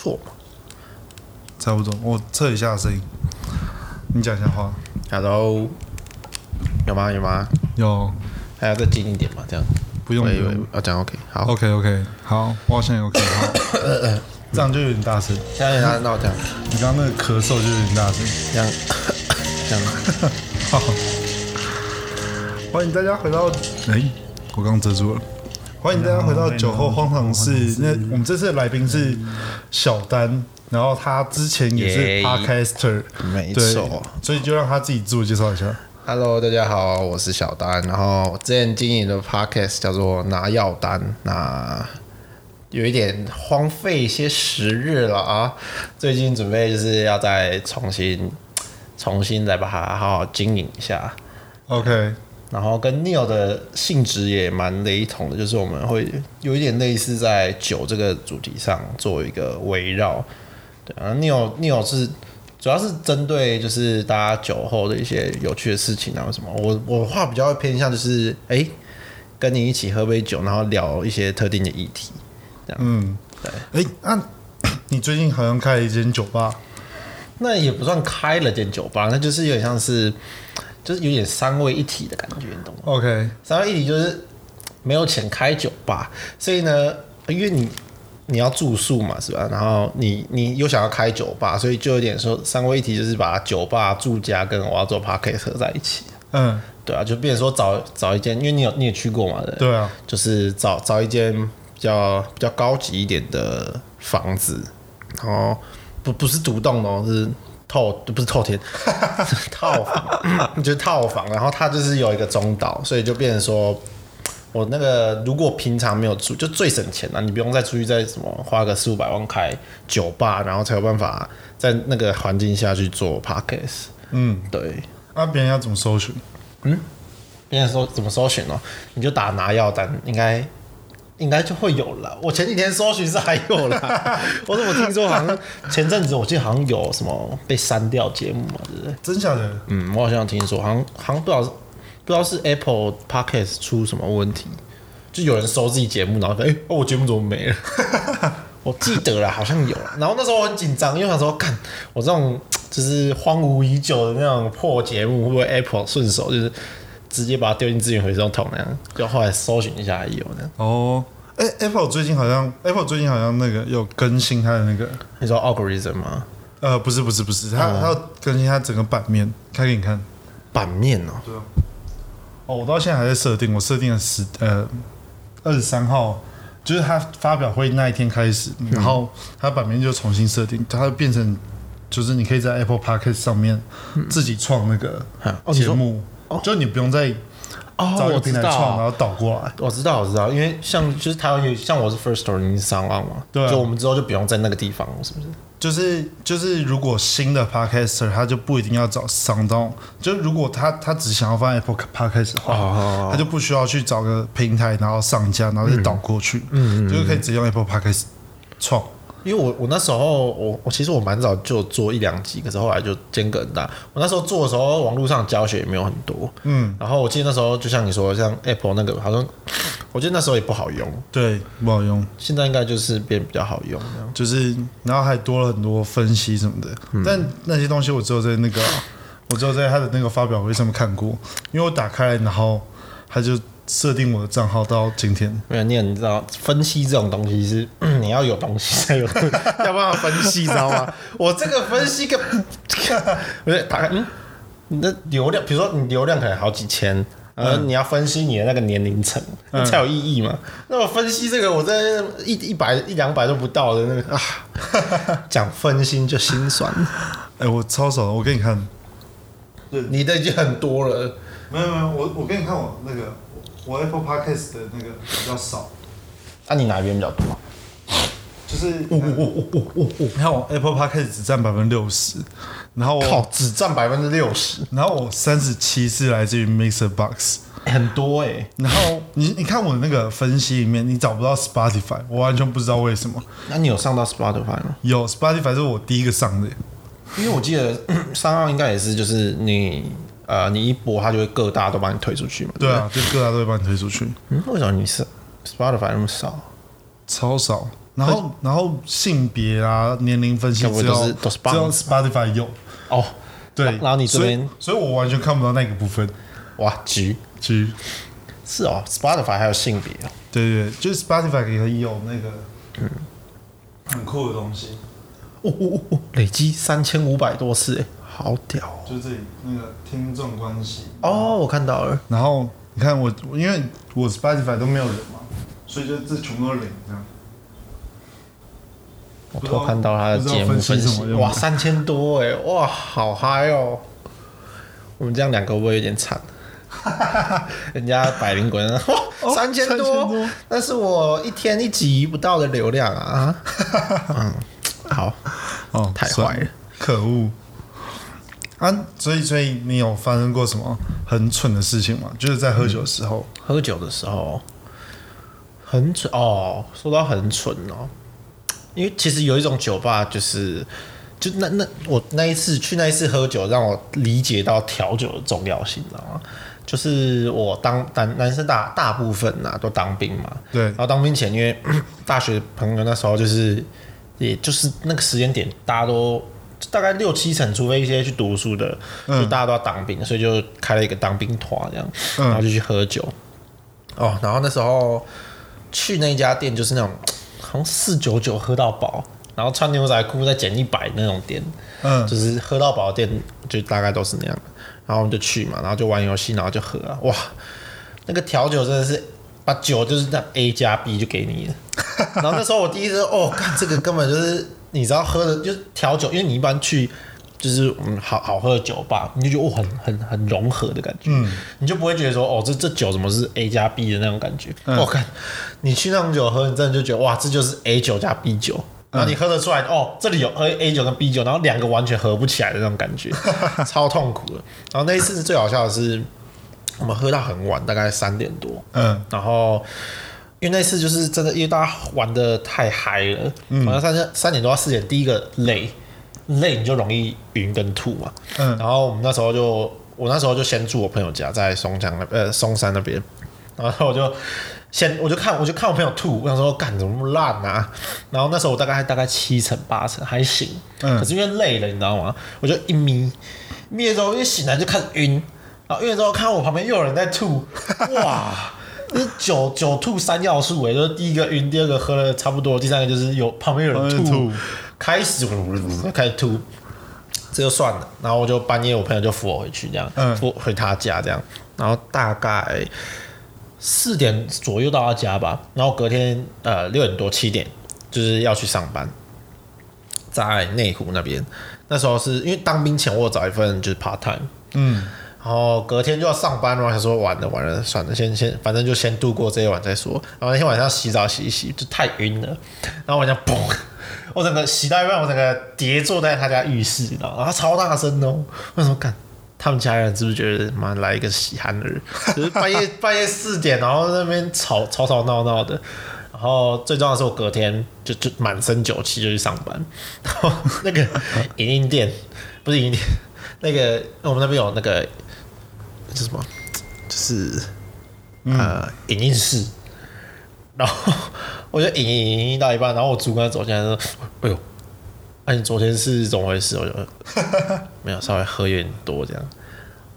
错嘛。差不多，我测一下声音，你讲一下话。 Hello，有吗？有吗？有，还要再近一点嘛？这样不用不喂喂用。哦，这样 OK，好， OK OK，好，我好像有 OK，好， 这样就有点大声。现在他那我这样，你刚刚那个咳嗽就有点大声。这样，这样，好，欢迎大家回到，哎、我刚遮住了。哎欢迎大家回到酒后荒唐事。那我们这次的来宾是小丹，然后他之前也是耶 podcaster，没对错。，所以就让他自己自我介绍一下。 Hello，大家好，我是小丹。然后我之前经营的 Podcast 叫做拿药单，那有一点荒废一些时日了啊。最近准备就是要再重新、重新再把它好好经营一下。 OK，然后跟 Neil 的性质也蛮雷同的，就是我们会有一点类似在酒这个主题上做一个围绕。对啊，Neil Neil 是主要是针对就是大家酒后的一些有趣的事情啊什么。我我话比较偏向就是哎、诶跟你一起喝杯酒，然后聊一些特定的议题。嗯，哎、那、你最近好像开了一间酒吧，那也不算开了间酒吧，那就是有点像是就是有点三位一体的感觉，你懂吗？ OK，三位一体就是没有钱开酒吧，所以呢，因为你你要住宿嘛，是吧？然后你你又想要开酒吧，所以就有点说三位一体就是把酒吧、住家跟我要做 p a r k e t 合在一起，嗯，对啊，就变成说找找一间，因为你有你也去过嘛，对不对，对啊，就是找找一间比较比较高级一点的房子，然后不不是独栋的哦，是透不是透天， 是套房，就是套房。然后它就是有一个中岛，所以就变成说。我那个如果平常没有住，就最省钱啊了、你不用再出去再什么花个四五百万开酒吧，然后才有办法在那个环境下去做 podcast。嗯，对，那、别人要怎么搜寻？别人说怎么搜寻哦，你就打拿药单，应该应该就会有了。我前几天搜寻是还有啦，我怎么听说好像前阵子我记得好像有什么被删掉节目嘛，对不对？真假的？嗯，我好像有听说，好像好像不知道是不知道是 Apple Podcast 出什么问题，就有人收自己节目，然后哎、诶哦，我节目怎么没了？ 我记得了，好像有啦。然后那时候我很紧张，因为想说，看我这种就是荒芜已久的那种破节目，会不会 Apple 顺手就是直接把它丢进资源回收桶那样？就后来搜寻一下也有那样。哦，哎、a p p l e 最近好像 Apple 最近好像那个有更新它的那个，你说 algorithm 吗？呃，不是不是不是，它它要更新它整个版面，开给你看。版面哦、哦，我到现在还在设定，我设定了十呃二十三号，就是它发表会那一天开始，然后它版面就重新设定，它变成就是你可以在 Apple Podcast 上面自己创那个啊哦你节说目，就你不用再哦找我一个平知台创，然道，后导过来。我知道，我知道，因为像就是台湾有像我是 First Story 已经上岸嘛，对啊就我们之后就不用在那个地方了，是不是？就是就是，如果新的 podcaster 他就不一定要找 Sound，就如果他他只想要放 Apple Podcast 的话，哦他就不需要去找个平台，然后上架，然后再导过去，就是可以直接用 Apple Podcast 创。因为我我那时候我我其实我蛮早就做一两集，可是后来就间隔很大。我那时候做的时候，网络上教学也没有很多，嗯。然后我记得那时候就像你说，像 Apple 那个好像，我觉得那时候也不好用，对，不好用，现在应该就是变比较好用这样。就是然后还多了很多分析什么的，但那些东西我只有在那个，我只有在他的那个发表会上面看过，因为我打开来，然后他就设定我的账号到今天。没有念，你知道分析这种东西是、 嗯你要有东西才有， 要不然分析，知道吗？ 我这个分析个， 不是打开嗯，你的流量，比如说你流量可能好几千，呃，你要分析你的那个年龄层，那才有意义嘛。那我分析这个，我在一一百一两百都不到的那个啊， 讲分心就心酸，哎、我超少的，我给你看。你的已经很多了。没有没有，我我给你看我那个我 Apple Podcast 的那个比较少，那、啊你哪边比较多？就是哦我我我我我，你看我 Apple Podcast 只占百分之六十，然后靠我，只占百分之六十，然后我三十七是来自于 Mixer Box，很多哎、然后你你看我那个分析里面，你找不到 Spotify，我完全不知道为什么那你有上到 Spotify 吗？有 Spotify 是我第一个上的，因为我记得 三号应该也是，就是你呃，你一播，它就会各大都帮你推出去嘛。对不啊，就各大都会把你推出去，嗯，为什么你是 Spotify 那么少？超少。然后然后性别啊、年龄分析全部只都有是都是棒只有 Spotify 有，哦，对，然后你这所以边所以我完全看不到那个部分。哇，局其实是哦，Spotify 还有性别哦，对对，对就是 Spotify 也有那个嗯很酷的东西，哦哦哦哦，累积三千五百多次，哎，好屌哦！就这里那个听众关系。哦，我看到了，然后你看我，因为我 Spotify 都没有人嘛，所以就这全部都是零这样。我偷看到他的节目分不知道分析析什么，用哇，三千多哎，哇，好嗨哦！我们这样两个会不会有点 惨？人家百灵 鬼哇，三千3000多哦多，那是我一天一集不到的流量啊！嗯，好，哦，太算坏了，可恶！啊，所以所以你有发生过什么很蠢的事情吗？就是在喝酒的时候，喝酒的时候很蠢哦，说到很蠢哦，因为其实有一种酒吧就是。就那那我那一次去那一次喝酒，让我理解到调酒的重要性，你知道吗？就是我当男男生大大部分呐、都当兵嘛，对然后当兵前，因为 大学朋友那时候就是，也就是那个时间点，大家都就大概六七成，除非一些去读书的，就大家都要当兵，所以就开了一个当兵团这样，嗯然后就去喝酒。哦，然后那时候去那一家店就是那种好像四九九喝到饱，然后穿牛仔裤再减一百那种店，嗯，就是喝到饱的店就大概都是那样。然后我们就去嘛，然后就玩游戏，然后就喝啊，哇，那个调酒真的是把酒就是那 A 加 B 就给你了。然后那时候我第一次哦，看这个根本就是你知道喝的就是调酒，因为你一般去就是嗯好好喝的酒吧，你就觉得哦很很很融合的感觉，你就不会觉得说哦这这酒怎么是 A 加 B 的那种感觉。我、看你去那种酒喝，你真的就觉得哇这就是 A 酒加 B 酒。然后你喝得出来、哦，这里有 A A 酒跟 B 酒，然后两个完全合不起来的那种感觉，超痛苦的。然后那一次最好笑的是，我们喝到很晚，大概三点多，嗯，然后因为那次就是真的，因为大家玩的太嗨了，嗯好像三点三点多到四点，第一个累，累你就容易晕跟吐嘛。嗯然后我们那时候就，我那时候就先住我朋友家，在松江那呃松山那边，然后我就。先我就看我就看我朋友吐，我想说干怎么那么烂啊？然后那时候我大概大概七成八成还行，嗯可是因为累了你知道吗？我就一眯，眯了之后一醒来就开始晕，然后晕了之后看到我旁边又有人在吐，哇！这是酒酒吐三要素哎，就是第一个晕，第二个喝了差不多，第三个就是有旁边有人旁吐，边呃吐开始呃开始吐，这就算了。然后我就半夜我朋友就扶我回去这样，嗯扶我回他家这样，然后大概四点左右到他家吧，然后隔天呃六点多七点就是要去上班，在内湖那边。那时候是因为当兵前我有找一份就是 part time，嗯，然后隔天就要上班了，我想说完了完了，算了，先先反正就先度过这一晚再说。然后那天晚上洗澡洗一洗，就太晕了，然后晚上砰， 我整个洗到一半，我整个跌坐在他家浴室，你知道吗？然后超大声哦，为什么干？他们家人是不是觉得妈来一个喜憨儿，就是半夜 半夜四点，然后在那边吵 吵吵闹闹的。然后最重要的是，我隔天就就满身酒气就去上班。然后那个 影印店不是影印店，那个我们那边有那个叫什么，就是、嗯呃影印室。然后 我就影印影印到一半，然后我主管走进来说：“哎呦，那、你昨天是怎么回事？”我 就没有稍微喝有点多这样。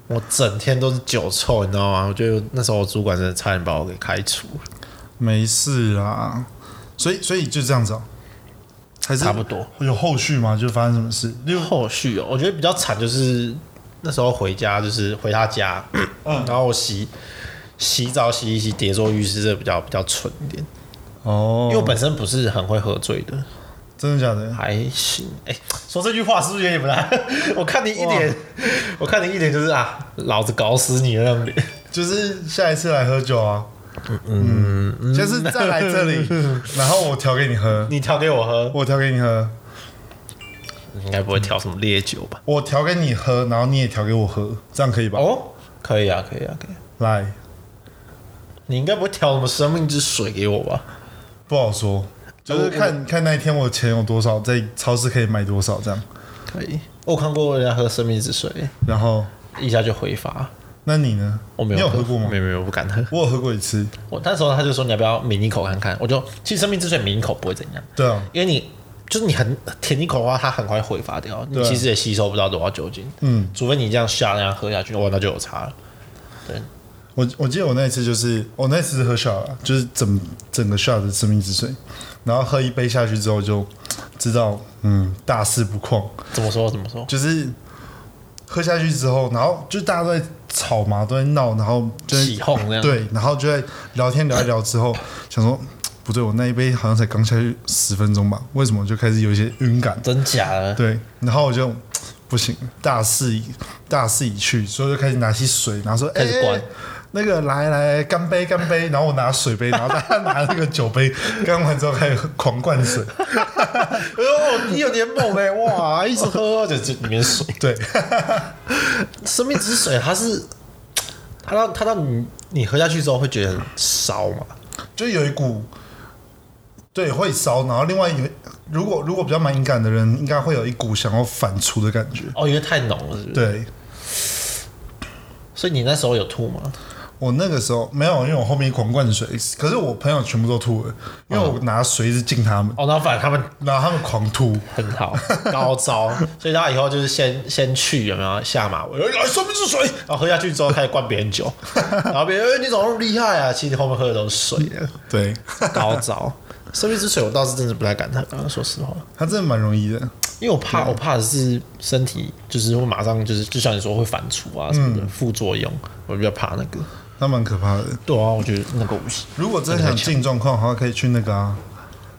我整天都是酒臭，你知道吗？我觉得那时候我主管真的差点把我给开除了。没事啦。所以所以就这样子哦，还是差不多有后续吗？就发生什么事？因为后续哦，我觉得比较惨就是那时候回家，就是回他家，嗯然后我洗洗澡洗一洗，跌坐浴室，这比较比较蠢一点，哦，因为我本身不是很会喝醉的，真的假的？还行。哎、说这句话是不是有点不太？ 我看你一脸，我看你一脸就是啊，老子搞死你的那种脸。就是下一次来喝酒啊，嗯，下次再来这 里，然后我调给你喝，你调给我喝，我调给你喝，你应该不会调什么烈酒吧？我调给你喝，然后你也调给我喝，这样可以吧？哦，可以啊，可以啊，可以啊。来，你应该不会调什么生命之水给我吧？不好说，哦就是看看那一天我钱有多少，在超市可以买多少这样，可以，我有看过人家喝生命之水，然后一下就挥发。那你呢？我没你有有喝过吗没？有没有，我不敢喝。我有喝过一次。我那时候他就说你要不要抿一口看看？我就其实生命之水抿一口不会怎样，对啊，因为你就是你很舔一口的话，它很快挥发掉，你对啊其实也吸收不到多少酒精。嗯，除非你这样下那样喝下去，哇，那就有差了。我我记得我那一次就是我那一次是喝 shot，啦就是整整个 shot 的生命之水，然后喝一杯下去之后就知道，嗯，大事不旷，怎么说？怎么说？就是喝下去之后，然后就大家都在吵嘛，都在闹，然后就在起哄这样。，对，然后就在聊天聊一聊之后，想说不对，我那一杯好像才刚下去十分钟吧，为什么就开始有一些晕感？真假的？对，然后我就不行，大势已大势已去，所以我就开始拿起水，然后说：“哎、开始灌哎那个来来干杯干杯！”然后我拿水杯，然后大家拿那个酒杯，干完之后开始狂灌水。哎呦，你有点猛哎、哇，一直喝就就里面水。对， 生命之水它是，它到它到你你喝下去之后会觉得很烧嘛，就有一股对会烧，然后另外有如果如果比较蛮敏感的人，应该会有一股想要反刍的感觉。哦，因为太浓了，是不是？。对所以你那时候有吐吗？我那个时候没有，因为我后面狂灌水，可是我朋友全部都吐了，因为我拿水一直敬他们，哦，然后反正他们然后他们狂吐。哎很好，高招， 所以他以后就是先先去有没有下马威，哎生命之水，然后喝下去之后开始灌别人 酒，然后别人、哎你怎么那么厉害啊？其实你后面喝的都是水，对， 高招。生命之水我倒是真的不太敢喝，啊说实话，他真的蛮容易的。因为我怕我怕的是身体就是会马上就是就像你说会反刍啊什么的、副作用，我比较怕那个。那蛮可怕的。对啊，我觉得那个不行。如果真的想进状况的话，可以去那个啊，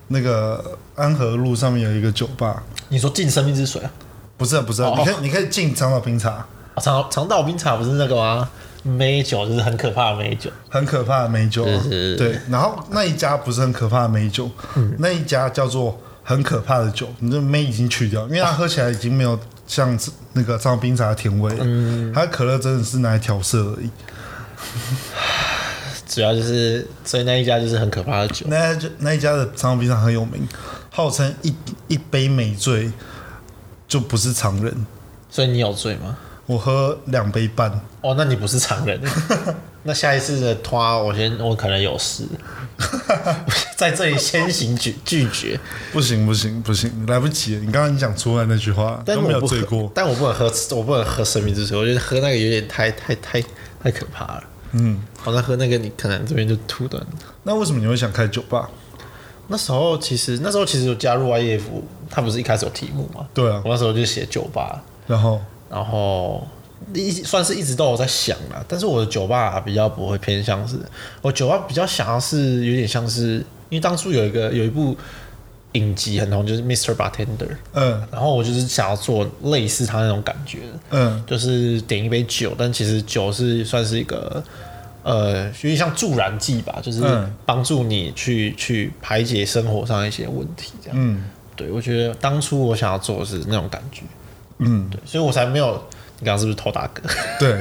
那个安和路上面有一个酒吧，你说进生命之水啊？不是、啊、不是、啊，哦你可以你可以进长岛冰茶，啊长长岛冰茶不是那个吗？美酒就是很可怕的美酒，很可怕的美酒、啊是是是，嗯对。然后那一家不是很可怕的美酒，那一家叫做很可怕的酒，你这美已经去掉，因为它喝起来已经没有像那个长岛冰茶的甜味了，嗯它可乐真的是拿来调色而已。主要就是所以那一家就是很可怕的酒。那一家那一家的长岛冰茶很有名，号称一一杯没醉就不是常人。所以你有醉吗？我喝两杯半，哦，那你不是常 人。那下一次的拖，我先我可能有 事，在这里先行拒拒绝。不行不行不行，来不及了！你刚刚你讲出来那句话但都我没有不醉喝过，但我不能喝，我不能喝生命之水，我觉得喝那个有点太太太太可怕了。嗯，好，那喝那个你可能这边就吐的。那为什么你会想开酒吧？那时候其实那时候其实有加入 YF，他不是一开始有题目嘛？对啊我那时候就写酒吧，然后然后一算是一直都有在想啦，但是我的酒吧比较不会偏向是，我酒吧比较想要是有点像是，因为当初有一个有一部影集很红，就是 Mr. Bartender，嗯然后我就是想要做类似他那种感觉的，嗯就是点一杯酒，但其实酒是算是一个呃，有点像助燃剂吧，就是嗯帮助你去、去排解生活上一些问题，这样。嗯对，我觉得当初我想要做的是那种感觉，嗯，对，所以我才没有。你刚刚是不是偷大 哥？对，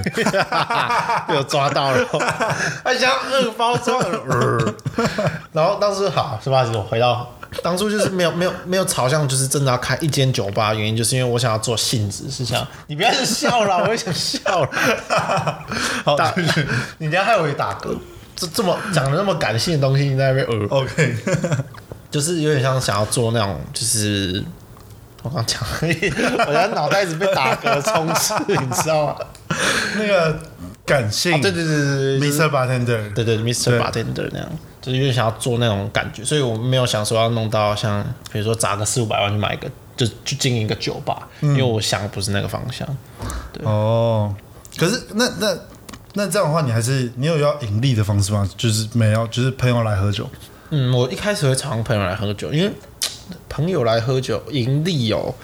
被我抓到 了，他想二包装。 呃然后当时好是吧？我回到当初就是没有没有没有朝向，就是真的要开一间酒吧，原因就是因为我想要做性质是想，你不要一直笑了，我也想笑了。 好大继续，你等一下害我一大哥，这这么讲的那么感性的东西，你在那边呃， ，OK，就是有点像想要做那种，就是我刚讲，我的脑袋一直被打嗝充斥，你知道吗？那个感性，哦对对对对对啊就是，Mr. Bartender，对对，Mr. Bartender 那样，就是有点想要做那种感觉，所以我没有想说要弄到像比如说砸个四五百万去买一个，就去经营一个酒吧，因为我想的不是那个方向。哦，可是那那那这样的话，你还是你有要盈利的方式吗？就是没有，就是朋友来喝酒，嗯，我一开始会常朋友来喝酒，因为嗯朋友来喝酒盈利哦，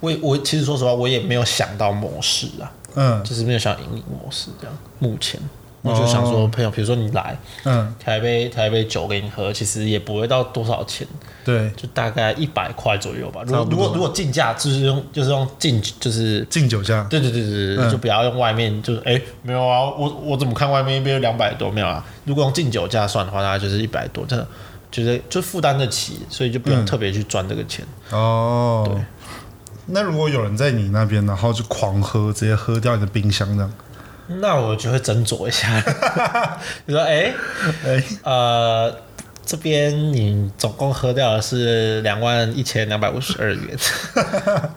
我也我其实说实话，我也没有想到模式啊，嗯就是没有想盈利模式这样。目前我就想哦说，朋友，比如说你来嗯，台杯台杯酒给你喝，其实也不会到多少钱，对，就大概一百块左右吧。如差果不如多果如果进价就是用就是用进就是。敬酒价，对对对对对，嗯就不要用外面，就是哎、没有啊，我我怎么看外面一杯两百多没有啊？如果用进酒价算的话，大概就是一百多，真的觉得就负担得起，所以就嗯不用特别去赚这个钱。哦，那如果有人在你那边，然后就狂喝，直接喝掉你的冰箱这样，那我就会斟酌一下。 你说，哎、哎，呃，这边你总共喝掉的是两万一千两百五十二 元，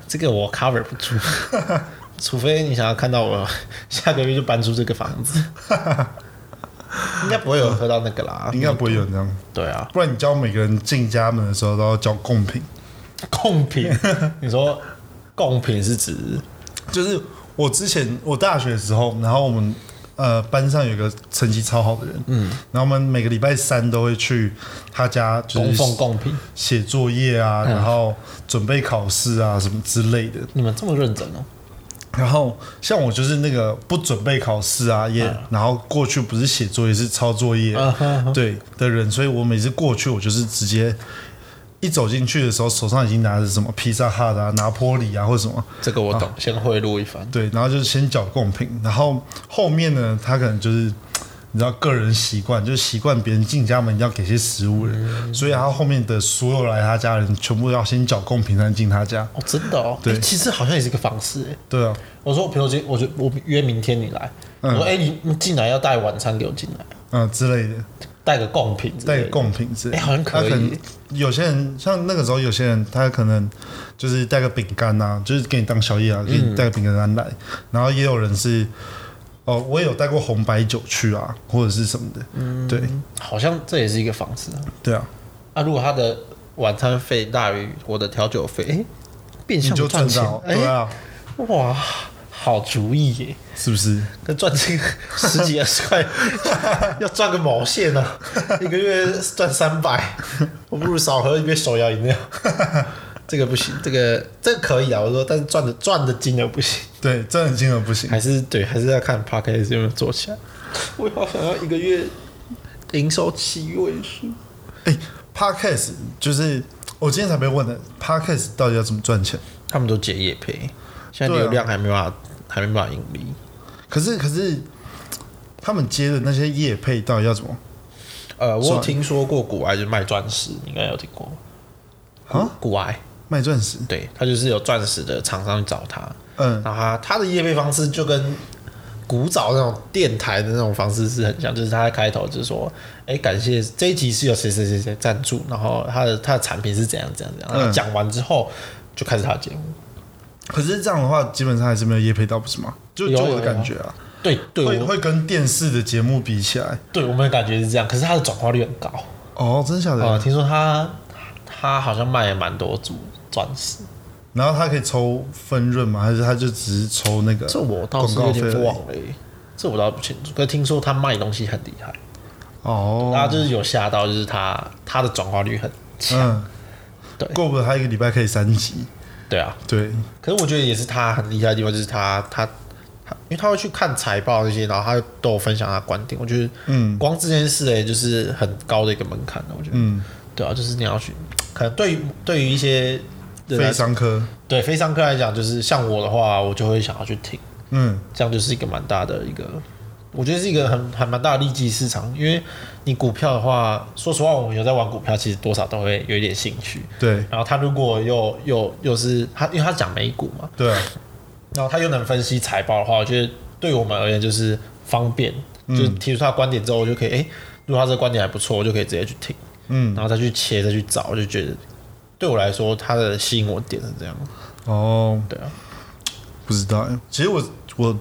这个我 cover 不住，除非你想要看到我下个月就搬出这个房 子，应该不会有人喝到那个啦。应该不会有人这样，对啊，不然你教每个人进家门的时候都要交贡品，贡 品，你说贡品是指就是我之前我大学的时候，然后我们呃班上有一个成绩超好的人，嗯，然后我们每个礼拜三都会去他家，就供奉嗯是贡品？写作业啊，然后准备考试啊什么之类的。你们这么认真哦？然后像我就是那个不准备考试啊，嗯也然后过去不是写作业是抄作业啊哈哈，对的人，所以我每次过去我就是直接。一走进去的时候，手上已经拿着什么披萨哈的啊、拿坡里啊，或者什么，这个我懂，先贿赂一番。对，然后就是先缴贡品，然后后面呢，他可能就是你知道个人习惯，就是习惯别人进家门一定要给些食物的，所以他后面的所有来他家的人全部要先缴贡品才能进他家。哦，真的哦，对诶其实好像也是个方式诶。对啊，我说，比如今，我就我约明天你来，我说，哎、你你进来要带晚餐给我进来，嗯、之类的，带个贡品之类带的，个贡品之类的，哎好像可他可以能有些人像那个时候有些人，他可能就是带个饼干呐，就是给你当宵夜啊，给嗯你带个饼干来，然后也有人是。哦，我也有带过红白酒去啊，或者是什么的，嗯对好像这也是一个方式啊。对啊，啊，如果他的晚餐费大于我的调酒费，哎、变你相就赚钱赚到，，哎、对啊，哇，好主意耶！是不是？跟赚这个十几二十 块，要赚个毛线啊！一个月赚三 百，我不如少喝一杯手摇饮料。这个不行，这个这个可以啊，我说，但是赚的赚的金额不行，对，真的金额不行。还是对，还是要看 p a c k a g e 有没有做起来。我好想要一个月营收七位数，哎、p o d c a s t 就是我今天才被问的，Podcast 到底要怎么赚钱？他们都结业配，现在对啊流量还没办法，还没办法盈利。可是可是他们接的那些业配到底要怎么呃，我有算听说过古埃就是卖钻石，你应该有听过啊？古埃。卖钻石？对他就是有钻石的厂商去找他，嗯然后他他的业配方式就跟古早那种电台的那种方式是很像，就是他在开头就是说，哎、感谢这一集是有谁谁谁谁赞助，然后他的他的产品是怎样怎样怎样，然后讲完之后就开始他的节目。可是这样的话，基本上还是没有业配到，不是吗？就有就啊我的有啊感觉啊，对对，会我会跟电视的节目比起来，对我们的感觉是这样，可是他的转化率很高哦，真假的？啊、呃听说他他好像卖了蛮多组钻石，然后他可以抽分润吗？还是他就只是抽那个这我倒广是告有费而点忘已？了、欸，这我倒不清楚，可是听说他卖东西很厉害。大家哦，就是有吓到，就是他他的转化率很强，嗯，对怪不得他一个礼拜可以三集，对啊。对，可是我觉得也是他很厉害的地方，就是他他他，因为他会去看财报那些，然后他都有分享他的观点。我觉得，嗯，光这件事哎、就是很高的一个门槛了。我觉得，嗯，对啊，就是你要去，可能对于对于一些人来非商科，对非商科来讲，就是像我的话，我就会想要去听。嗯。这样就是一个蛮大的一个，我觉得是一个很还蛮大的利基市场，因为你股票的话，说实话，我们有在玩股票，其实多少都会有一点兴趣。对然后他如果又又又是他，因为他讲美股嘛，对啊，然后他又能分析财报的话，我觉得对我们而言就是方便，嗯就是提出他的观点之后，我就可以，诶，如果他这个观点还不错，我就可以直接去听，嗯，然后再去切，再去找，我就觉得对我来说，他的吸引我点是这样，哦，对啊，不知道欸。其实我我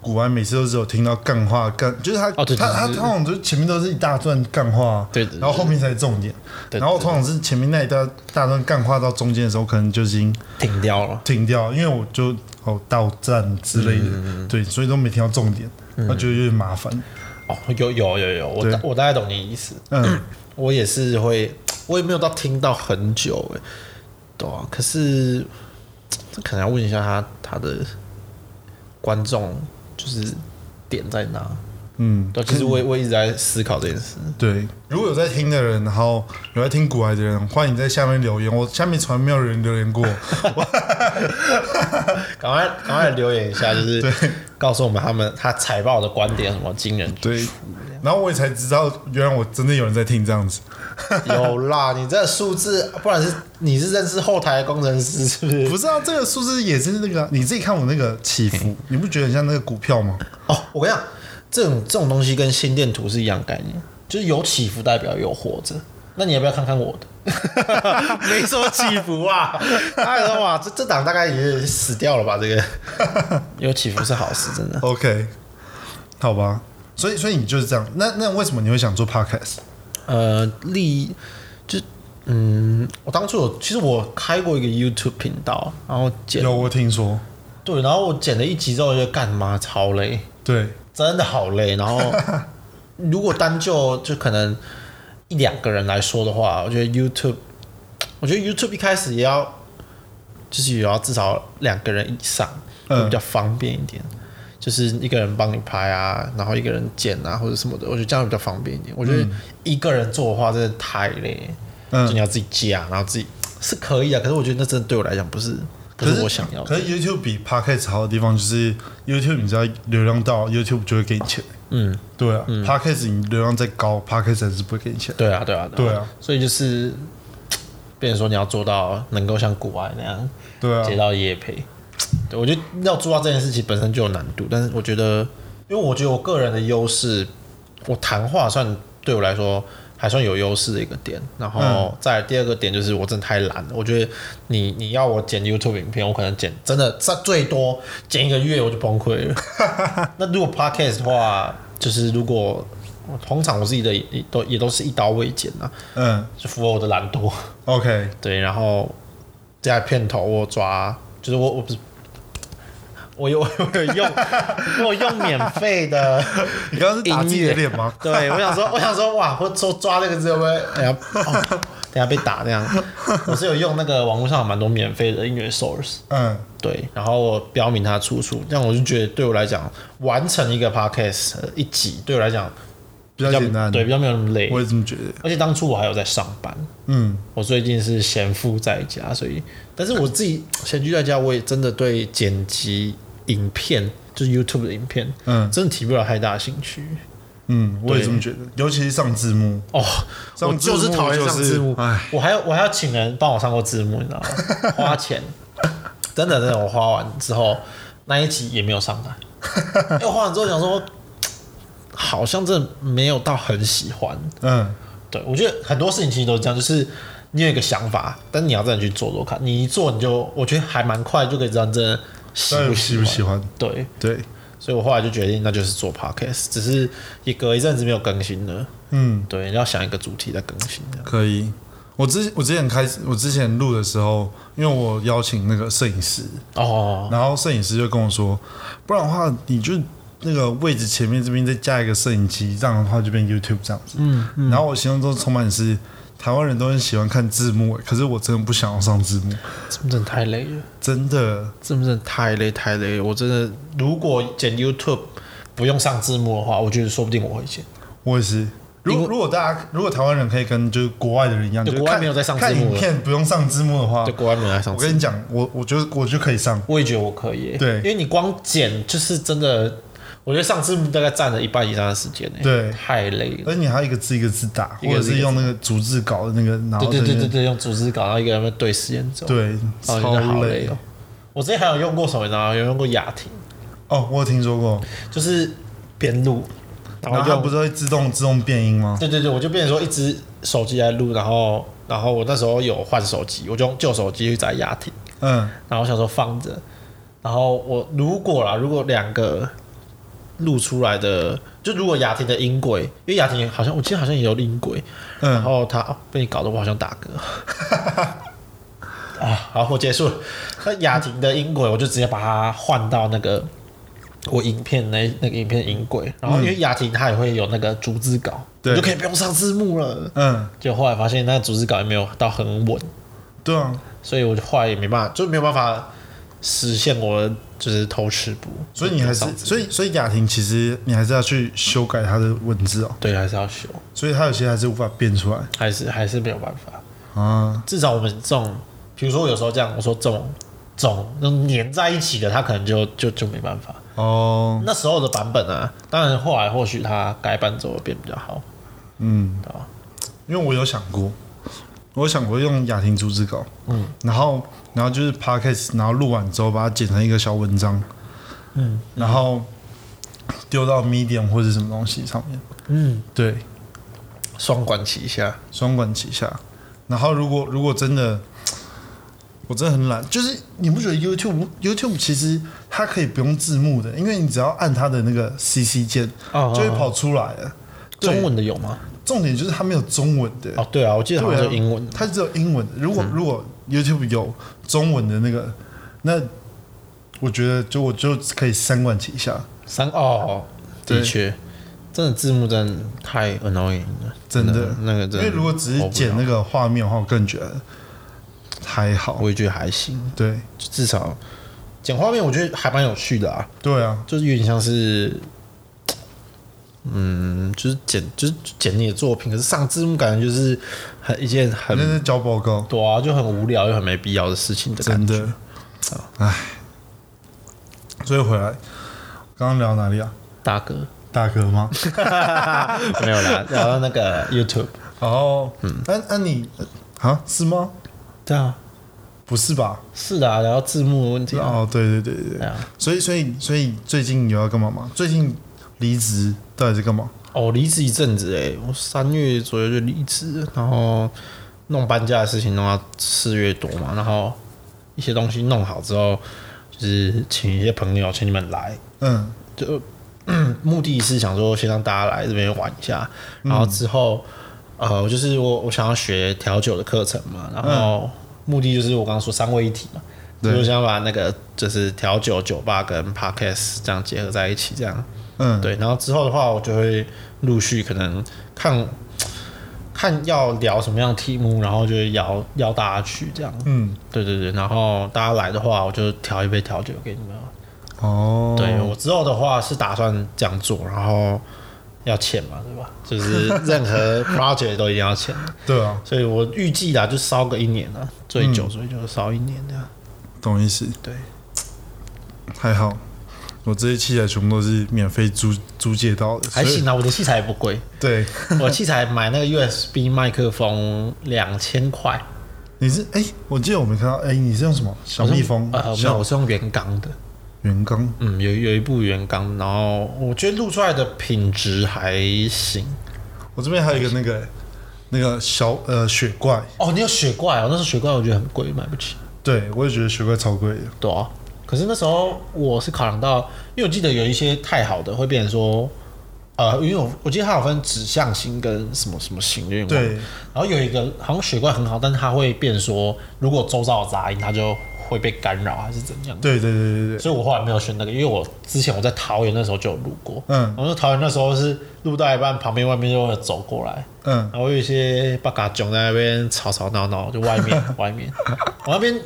古玩每次都只有听到干话干，就是他、哦对对对他他对通常就是前面都是一大段干话，对对对然后后面才是重点。对然后通常是前面那一大大段干话到中间的时候，可能就已经停掉了。停掉，因为我就哦到站之类嗯的，对，所以都没听到重点，我觉得有点麻烦。哦，有有有有，我对大我大概懂你意思。嗯，我也是会，我也没有到听到很久哎、对啊。可是这可能要问一下他他的观众，就是点在哪？嗯，对啊，其实我也我一直在思考这件事。对，如果有在听的人，然后有在听古玩的人，欢迎在下面留言。我下面从来没有人留言过，赶快赶快留言一下，就是告诉我们他们他财报的观点有什么惊人之对处。，然后我也才知道，原来我真的有人在听这样子。有啦，你这数字，不然是你是认识后台的工程师是不是？不是啊，这个数字也是那个啊，你自己看我那个起伏，你不觉得很像那个股票吗？哦，我跟你讲，这种这种东西跟心电图是一样概念，就是有起伏代表有活着。那你要不要看看我的？没说起伏啊，大家说哇，这这档大概也死掉了吧？这个有起伏是好事，真的。 OK，好吧，所以所以你就是这样。那那为什么你会想做 podcast？呃，利就嗯，我当初有，其实我开过一个 YouTube 频道，然后剪有我听说，对，然后我剪了一集之后，我觉得干嘛超累，对真的好累。然后 如果单就就可能一两个人来说的话，我觉得 YouTube，我觉得 YouTube 一开始也要就是也要至少两个人以上，嗯会比较方便一点。就是一个人帮你拍啊，然后一个人剪啊，或者什么的，我觉得这样比较方便一点。我觉得一个人做的话真的太累，嗯就你要自己架，然后自己是可以啊，可是我觉得那真的对我来讲不是不是我想要的。可是 YouTube 比 Podcast 好的地方就是 YouTube，你只要流量到，YouTube 就会给你钱。嗯，对啊、p o d c a s t 你流量再高，Podcast 还是不会给你钱。对啊，对啊，对啊，所以就是，变成说你要做到能够像国外那样对接啊，到业配，对我觉得要做到这件事情本身就有难度，但是我觉得，因为我觉得我个人的优势，我谈话算对我来说还算有优势的一个点，然后再来第二个点就是我真的太懒了，我觉得你你要我剪 YouTube 影片，我可能剪真的再最多剪一个月我就崩溃了。那如果 podcast 的话，就是如果通常我自己的也都也都是一刀未剪啊，嗯就符合我的懒惰。 ，OK，对，然后在片头我抓，就是我我不是。我有 我有用，我有用免费的，你刚刚是打自己的脸 吗？对我想说，我想说，哇，我说抓这个字会不会等下、哦、等下被打这样？我是有用那个网络上有蛮多免费的音乐 source，嗯，对，然后我标明它出处，这样我就觉得对我来讲，完成一个 podcast 呃一集对我来讲比较简单。对，比较没有那么累我。也这么觉得。而且当初我还有在上班，嗯，我最近是闲赋在家，所以，但是我自己闲居在家，我也真的对剪辑影片，就是 YouTube 的影片，嗯真的提不了太大兴趣。嗯，我也对这么觉得，尤其是上字幕，哦，上我就是字幕讨厌就上是字幕唉，我还要我还要请人帮我上过字幕，你知道吗？花钱， 真的真的，我花完之后那一集也没有上 来，因为我花完之后想说，好像真的没有到很喜欢。嗯，对，我觉得很多事情其实都是这样，就是你有一个想法，但你要真的去做做看。你一做你就，我觉得还蛮快就可以知道你真的喜到不底喜喜欢。不喜欢？对，对，所以我后来就决定，那就是做 podcast，只是也隔一阵子没有更新了。嗯，对，要想一个主题再更新这样。可以。我之我之前开始，我之前录的时候，因为我邀请那个摄影师，哦，然后摄影师就跟我说，不然的话，你就那个位置前面这边再加一个摄影机，这样的话就变 YouTube 这样子。嗯，然后我心中充满的是台湾人都很喜欢看字幕，欸可是我真的不想要上字幕，这真的太累了，真的。这真的太累太累了。我真的，如果剪 YouTube 不用上字幕的话，我觉得说不定我会剪。我也是。如因果为如果大家如果台湾人可以跟就是国外的人一样，对就是国外看没有在上字幕看了影片不用上字幕的话对，，国外没有来上我字幕跟你讲，我我就我就可以上。我也觉得我可以、欸对因为你光剪就是真的，我觉得上字幕大概占了一半以上的时间、欸，对太累了。而且你还要一个字一个字打，一个或者是用那个逐字稿的那个，然对后对对这边对对，用组织稿，然后一个人在对时间轴，对，然后真的超好累累哦。我之前还有用过什么，你知道吗？有用过雅婷，哦，我有听说过，就是边录，然然后后它用不是会自动自动变音吗？对对对，我就变成说一只手机在录，然后然后我那时候有换手机，我就用旧手机去载雅婷，嗯，然后我想说放着，然后我如果啦，如果两个录出来的，就如果雅婷的音轨，因为雅婷好像我记得好像也有音轨，嗯然后她、啊被你搞得我好像打嗝。 啊，好，我结束了。那雅婷的音轨，我就直接把它换到那个我影片那那个影片的音轨，然后因为雅婷她也会有那个逐字稿，对你就可以不用上字幕了。嗯，就后来发现那个逐字稿也没有到很稳，对啊，所以我就后来也没办法，就没有办法实现我的就是偷吃补。所以你还是就没有上字所以所以雅婷其实你还是要去修改它的文字哦，对，还是要修，所以它有些还是无法变出来还是还是没有办法。啊。至少我们这种，比如说我有时候这样，我说这种这种那种粘在一起的，他可能就就就没办法。哦，那时候的版本啊，当然后来或许它改版之后变比较好，嗯，对吧？因为我有想过，我有想过用雅婷逐字稿，嗯，然后然后就是 podcast，然后录完之后把它剪成一个小文章，嗯，然后丢到 Medium 或者什么东西上面，嗯，对，双管齐下，双管齐下。然后如果如果真的，我真的很懒，就是你不觉得 YouTube YouTube 其实它可以不用字幕的，因为你只要按它的那个 CC 键，哦就会跑出来了。对中文的有吗？重点就是它没有中文的，哦，对啊，我记得好像对啊是英文的，它只有英文的。如果、嗯如果 YouTube 有中文的那个，那我觉得就我就可以三管齐下，三哦，对的确，真的字幕真的太 annoying 了，真的那嗯个真的，因为如果只是剪那个，个画面的话，我更觉得还好我。也觉得还行，对至少剪画面我觉得还蛮有趣的啊，对啊，就是有点像是。嗯，就是剪，就是剪你的作品，可是上字幕感觉就是很一件很那是交报告，对啊，就很无聊又很没必要的事情的感真觉。的，嗯唉。所以回来，刚刚聊哪里啊？大哥，大哥 吗？没有啦，然后那个 YouTube，哦，嗯，那、那、你啊是吗？对啊，不是吧？是的、啊，然后字幕的问题、啊，哦，对对对对对对。啊。所以，所以，所以最近有要干嘛吗？最近离职到底是干嘛？哦，离职一阵子哎，我三月左右就离职了，然后弄搬家的事情弄到四月多嘛，然后一些东西弄好之后，就是请一些朋友，请你们来，嗯，就目的是想说先让大家来这边玩一下，然后之后、呃，就是我我想要学调酒的课程嘛，然后目的就是我刚刚说三位一体嘛，所对以我想把那个就是调酒酒吧跟 podcast 这样结合在一起，这样嗯，对，然后之后的话，我就会陆续可能看看要聊什么样的题目，然后就会邀邀大家去这样，嗯，对对对，然后大家来的话，我就调一杯调酒给你们。啊哦，对我之后的话是打算这样做，然后要钱嘛，对吧？ 就是任何 project 都一定要钱，对啊，所以我预计啦，就烧个一年了，最嗯久最久烧一年这样。懂意思。对，还好，我这些器材全部都是免费租租借到的，还所以行。啊，我的器材也不贵，对，我器材买那个 USB 麦克风两千块，你是哎、我记得我没看到哎、你是用什么小蜜蜂？呃，没有，小我是用圆钢的，圆缸嗯，有有一部圆钢，然后我觉得录出来的品质还行。我这边还有一个那个、那个小呃雪怪，哦，你有雪怪哦，那时候雪怪我觉得很贵，买不起。对我也觉得雪怪超贵的。对啊，可是那时候我是考量到，因为我记得有一些太好的会变成说，呃，因为我我记得它有分指向型跟什么什么型，有点忘了对然后有一个好像雪怪很好，但是它会变成说，如果周遭有杂音，它就会被干扰还是怎样。对对对对对，所以我后来没有选那个，因为我之前我在桃园那时候就有录过，嗯我说桃园那时候是录到一半，旁边外面就会走过来，嗯，然后有一些八嘎囧在那边吵吵闹闹，就外面 外面，我那边，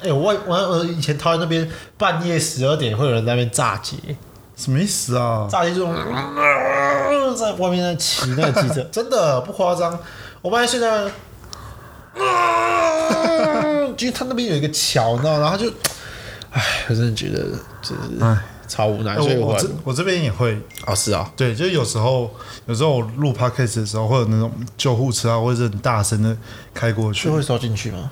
哎、我外我我以前桃园那边半夜十二点会有人在那边炸街，什么意思啊？炸街就 在外面在骑那个机车，真的不夸张，我发现现在。就是他那边有一个桥，你知道吗，然后他就，哎，我真的觉得就是哎，超无奈，哎所以我后我来这我这边也会哦，是啊，对，就是有时候，有时候我录 podcast 的时候，会有那种救护车啊，或者是很大声的开过去就。会收进去吗？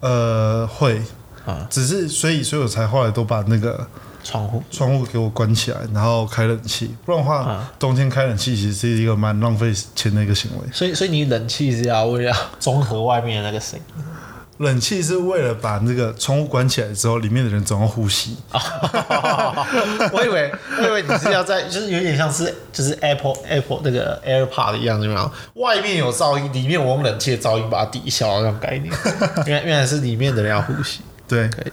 呃，会啊，只是所以，所以我才后来都把那个窗户窗户给我关起来，然后开冷气。不然的话，啊冬天开冷气其实是一个蛮浪费钱的一个行为。所以，所以你冷气是要为了综合外面的那个声音。冷气是为了把那个窗户关起来之后，里面的人总要呼吸。啊哦 我以为，我以为你是要在，就是有点像是就是 Apple Apple 那个 AirPod 一样，有没有？外面有噪音，里面我用冷气的噪音把它抵消，那种概 念。原来原来是里面的人要呼吸。对，可以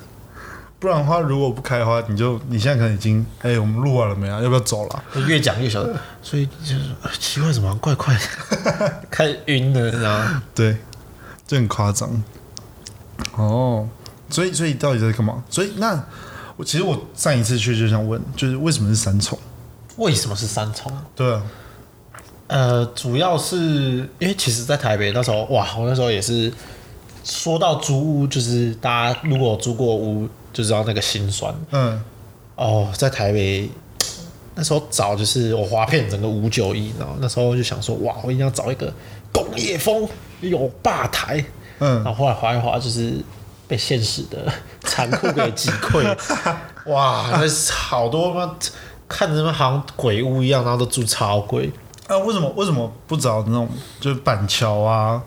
不然的话，如果不开的话，你就你现在可能已经，哎、我们录完了没啊？要不要走了？我越讲越小，所以就是呃奇怪，怎么好像怪怪的， 开始晕了，你知道吗？对，这很夸张。哦，所以所以到底在干嘛？所以那我其实我上一次去就想问，就是为什么是三重？为什么是三重？对啊，呃，主要是因为其实，在台北那时候，哇，我那时候也是说到租屋，就是大家如果有租过屋，就知道那个心酸。嗯，哦，在台北那时候找就是我划片整个五九一，然后那时候就想说，哇，我一定要找一个工业风有吧台，然嗯，后后来划一划就是被现实的残酷给击溃，哇，那好多妈看着他们好像鬼屋一样，然后都住超贵，啊，为什么为什么不找那种就是板桥啊，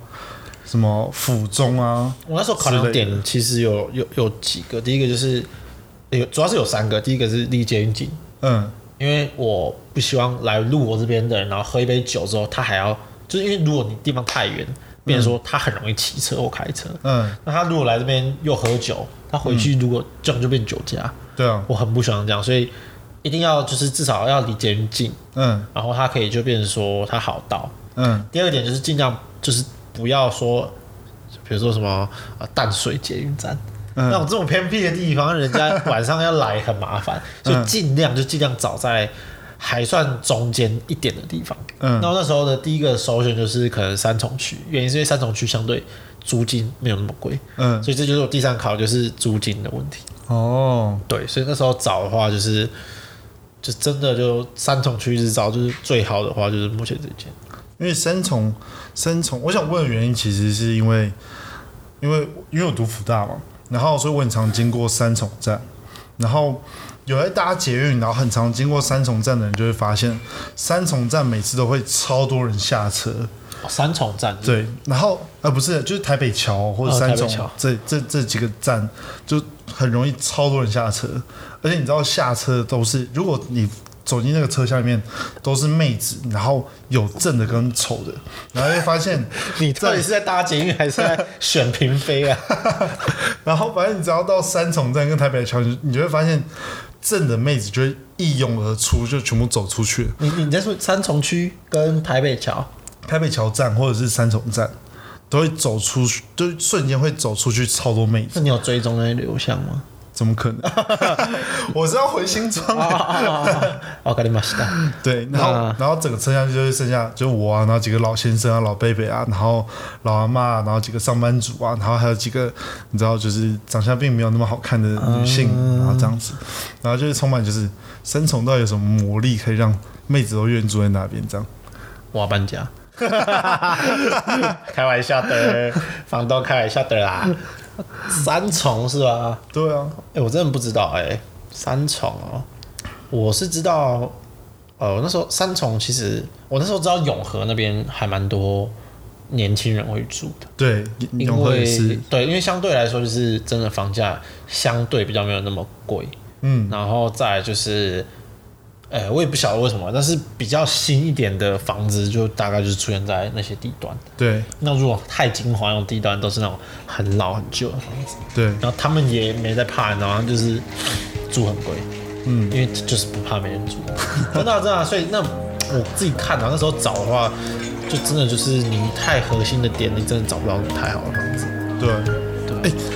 什么府中啊？我那时候考量点其实有有有几个，第一个就是有主要是有三个，第一个是离捷运近，嗯，因为我不希望来录我这边的人，然后喝一杯酒之后，他还要就是因为如果你地方太远，变成说他很容易骑车或开车，嗯，那他如果来这边又喝酒，他回去如果这样就变酒驾，对啊，我很不喜欢这样，所以一定要就是至少要离捷运近，嗯然后他可以就变成说他好到，嗯第二点就是尽量就是不要说，比如说什么啊淡水捷运站。那种嗯，这种偏僻的地方，人家晚上要来很麻烦，嗯所以尽量就尽量找在还算中间一点的地方。嗯那我那时候的第一个首选就是可能三重区，原因是因为三重区相对租金没有那么贵，嗯，所以这就是我第三考就是租金的问题。哦，对，所以那时候找的话就是。就真的就三重区一直找，就是最好的话就是目前这间。因为三重，三重，我想问的原因其实是因为，因为因为我读福大嘛，然后所以我很常经过三重站，然后有在搭捷运，然后很常经过三重站的人就会发现，三重站每次都会超多人下车，哦三重站对，然后呃不是就是台北桥或者哦三台重、北桥这这这几个站就很容易超多人下车，而且你知道下车都是如果你。走进那个车厢里面都是妹子，然后有正的跟丑的，然后就发现 你到底是在搭捷运还是 在选嫔妃啊？然后反正你只要到三重站跟台北桥，你你就会发现正的妹子就会一涌而出，就全部走出去。 你你在说三重区跟台北桥？台北桥站或者是三重站都会走出去，就瞬间会走出去超多妹子，那你有追踪那些流向吗？怎么可能？ 我是要回新庄、啊啊啊啊！我跟你马西达，对，然后、啊然后整个车厢就会剩下就我啊，然后几个老先生啊、老贝贝啊，然后老阿妈、啊，然后几个上班族啊，然后还有几个你知道就是长相并没有那么好看的女性，然后这样子，然后就是充满就是三重到底有什么魔力可以让妹子都愿意住在那边这样？我要搬家。 开玩笑 的，房东开玩笑的啦。三重是吧？对啊，哎、我真的不知道哎、三重哦，我是知道。呃，我那时候三重其实我那时候知道永和那边还蛮多年轻人会住的，对，因永和也为是，对，因为相对来说就是真的房价相对比较没有那么贵，嗯然后再来就是，呃，我也不晓得为什么，但是比较新一点的房子就大概就是出现在那些地段。对那如果太精华那种地段，都是那种很老很旧的房子，对，然后他们也没在怕，然后就是住很贵，嗯，因为就是不怕没人住。 真的啊真的啊，所以那我自己看啊，那时候找的话，就真的就是你太核心的点，你真的找不到太好的房子。Esatto. 对，哎、